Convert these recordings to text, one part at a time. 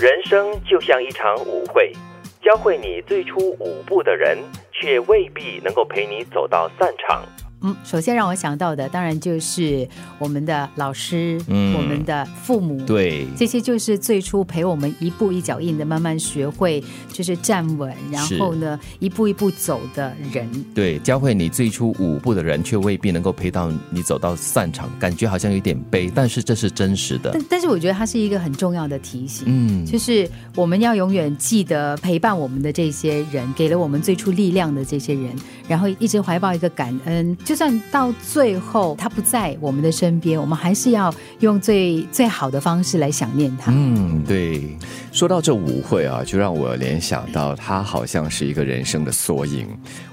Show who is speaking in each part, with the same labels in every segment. Speaker 1: 人生就像一场舞会，教会你最初舞步的人，却未必能够陪你走到散场。
Speaker 2: 嗯，首先让我想到的，当然就是我们的老师，
Speaker 3: 嗯
Speaker 2: 我们的父母，，
Speaker 3: 对，
Speaker 2: 这些就是最初陪我们一步一脚印的，慢慢学会就是站稳，然
Speaker 3: 是
Speaker 2: 后呢，一步一步走的人。
Speaker 3: 对，教会你最初舞步的人，却未必能够陪到你走到散场，感觉好像有点悲，但是这是真实的
Speaker 2: 但。但是我觉得它是一个很重要的提醒。
Speaker 3: 嗯，
Speaker 2: 就是我们要永远记得陪伴我们的这些人，给了我们最初力量的这些人，然后一直怀抱一个感恩。就算到最后他不在我们的身边，我们还是要用最最好的方式来想念他。
Speaker 3: 嗯，对，
Speaker 4: 说到这舞会啊，就让我联想到它好像是一个人生的缩影。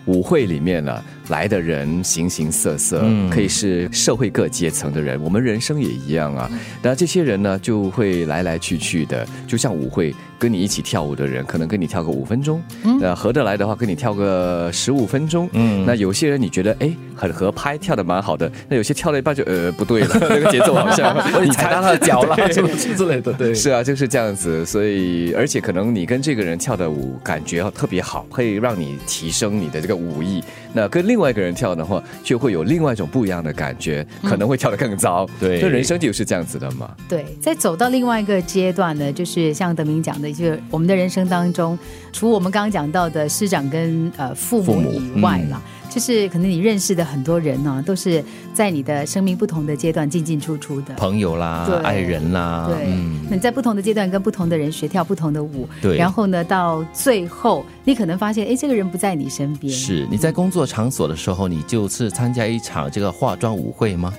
Speaker 4: 舞会里面呢，来的人形形色色，
Speaker 3: 嗯
Speaker 4: 可以是社会各阶层的人，我们人生也一样啊。那这些人呢，就会来来去去的，就像舞会，跟你一起跳舞的人，可能跟你跳个五分钟，
Speaker 2: 嗯
Speaker 4: 呃，合得来的话，跟你跳个十五分钟，
Speaker 3: 嗯
Speaker 4: 那有些人你觉得哎很合拍，跳的蛮好的，那有些跳了一半就呃不对了， 那个节奏好 像你
Speaker 3: 踩到他的脚了之之类的，对，
Speaker 4: 是啊，就是这样子，所以而且可能你跟这个人跳的舞感觉特别好，会让你提升你的这个舞艺。那跟另外一个人跳的话，就会有另外一种不一样的感觉，可能会跳得更糟。
Speaker 3: 对
Speaker 4: 那人生 就是这样子的嘛。
Speaker 2: 对，在走到另外一个阶段呢，就是像德明讲的，就是我们的人生当中，除我们刚刚讲到的师长跟呃父
Speaker 3: 父
Speaker 2: 母
Speaker 3: 母嗯
Speaker 2: 以外啦，就是可能你认识的很多人呢、都是在你的生命不同的阶段进进出出的。
Speaker 3: 朋啊友啦
Speaker 2: 对，
Speaker 3: 爱人啦，嗯
Speaker 2: 对，那你在不同的阶段跟不同的人学跳不同的舞，
Speaker 3: 对
Speaker 2: 然后呢，到最后你可能发现，哎，这个人不在你身边，
Speaker 3: 是你在工作场所的时候，你就是参加一场这个化妆舞会 吗？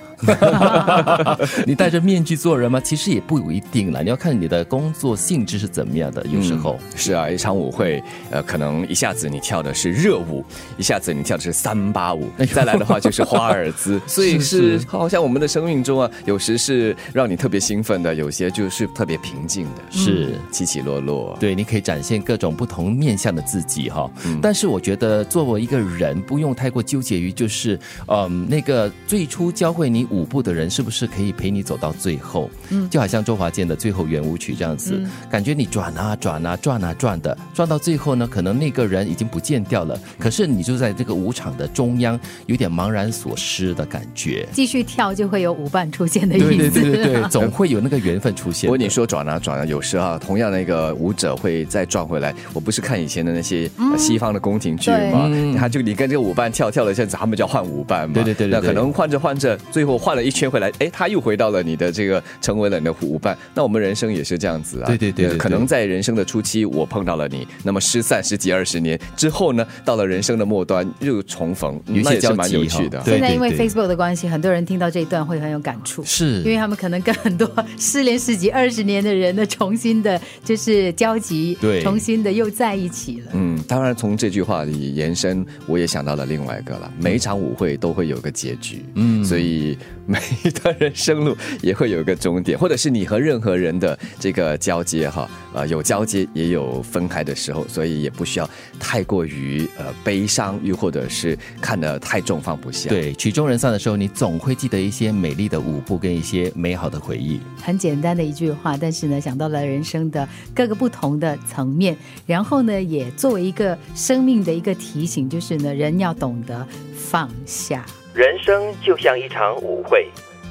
Speaker 3: 你戴着面具做人吗？其实也不一定了，你要看你的工作性质是怎么样的。有时候，
Speaker 4: 是啊，一场舞会，呃，可能一下子你跳的是热舞，一下子你跳的是三八舞，再来的话就是华尔兹，所以是好像我们的生命中啊，有时是让你特别兴奋的，有些就是特别平静的，
Speaker 3: 是
Speaker 4: 起起落落。
Speaker 3: 对，你可以展现各种不同面向的自己哈、
Speaker 4: 嗯
Speaker 3: 但是我觉得，作为一个人，不用太过纠结于就是，嗯，那个最初教会你舞步的人，是不是可以陪你走到最后？嗯，就好像周华健的《最后圆舞曲》这样子，
Speaker 4: 嗯
Speaker 3: 感觉你转啊转啊转啊转的，转到最后呢，可能那个人已经不见掉
Speaker 4: 嗯
Speaker 3: 了，可是你就在这个舞场的中央，有点茫然所失的感觉。
Speaker 2: 继续跳就会有舞伴出现的
Speaker 4: 哎
Speaker 2: 意思。
Speaker 3: 对对对对 对，总会有那个缘分出现
Speaker 4: 不
Speaker 3: 的。
Speaker 4: 过你说转啊转啊，有时啊，同样的一个舞者会再转回来。我不是看以前的那些呃西方的宫廷剧
Speaker 2: 对
Speaker 4: 嘛，他就你跟这个舞伴跳跳了一下子，他们就要换舞伴
Speaker 3: 嗯
Speaker 4: 嘛。
Speaker 3: 对对对对
Speaker 4: 那
Speaker 3: 对
Speaker 4: 可能换着换着，最后换了一圈回来，哎，他又回到了你的这个成为了你的舞伴。那我们人生也是这样子啊。
Speaker 3: 对对对对对
Speaker 4: 可能在人生的初期我碰到了你，那么失散十几二十年之后呢，到了人生的末端又重逢，
Speaker 3: 有一些
Speaker 4: 那也是
Speaker 3: 交
Speaker 4: 蛮
Speaker 3: 集
Speaker 4: 有
Speaker 3: 哈
Speaker 4: 趣的。
Speaker 3: 对
Speaker 2: 现在因为
Speaker 3: 对
Speaker 2: Facebook 的关系，很多人听到这一段会很有感触。
Speaker 3: 是，
Speaker 2: 因为他们可能跟很多失联十几、二十年的人呢，重新的就是交集，
Speaker 3: 对
Speaker 2: 重新的又在一起了。
Speaker 4: 嗯，当然从这句话里延伸，我也想到了另外一个了。每一场舞会都会有个结局，嗯，所以每一段人生路也会有一个终点，或者是你和任何人的这个交接哈，呃，有交接也有分开的时候，所以也不需要太过于呃悲伤，又或者是看得太重放不下。，
Speaker 3: 对，曲终人散的时候，你总会记得一些美丽的舞步跟一些美好的回忆。
Speaker 2: 很简单的一句话，但是呢，想到了人生的各个不同的层面，然后呢，也作为一个生命的一个提醒，就是呢，人要懂得放下。
Speaker 1: 人生就像一场舞会，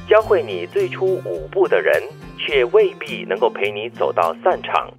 Speaker 1: 教会你最初舞步的人，却未必能够陪你走到散场。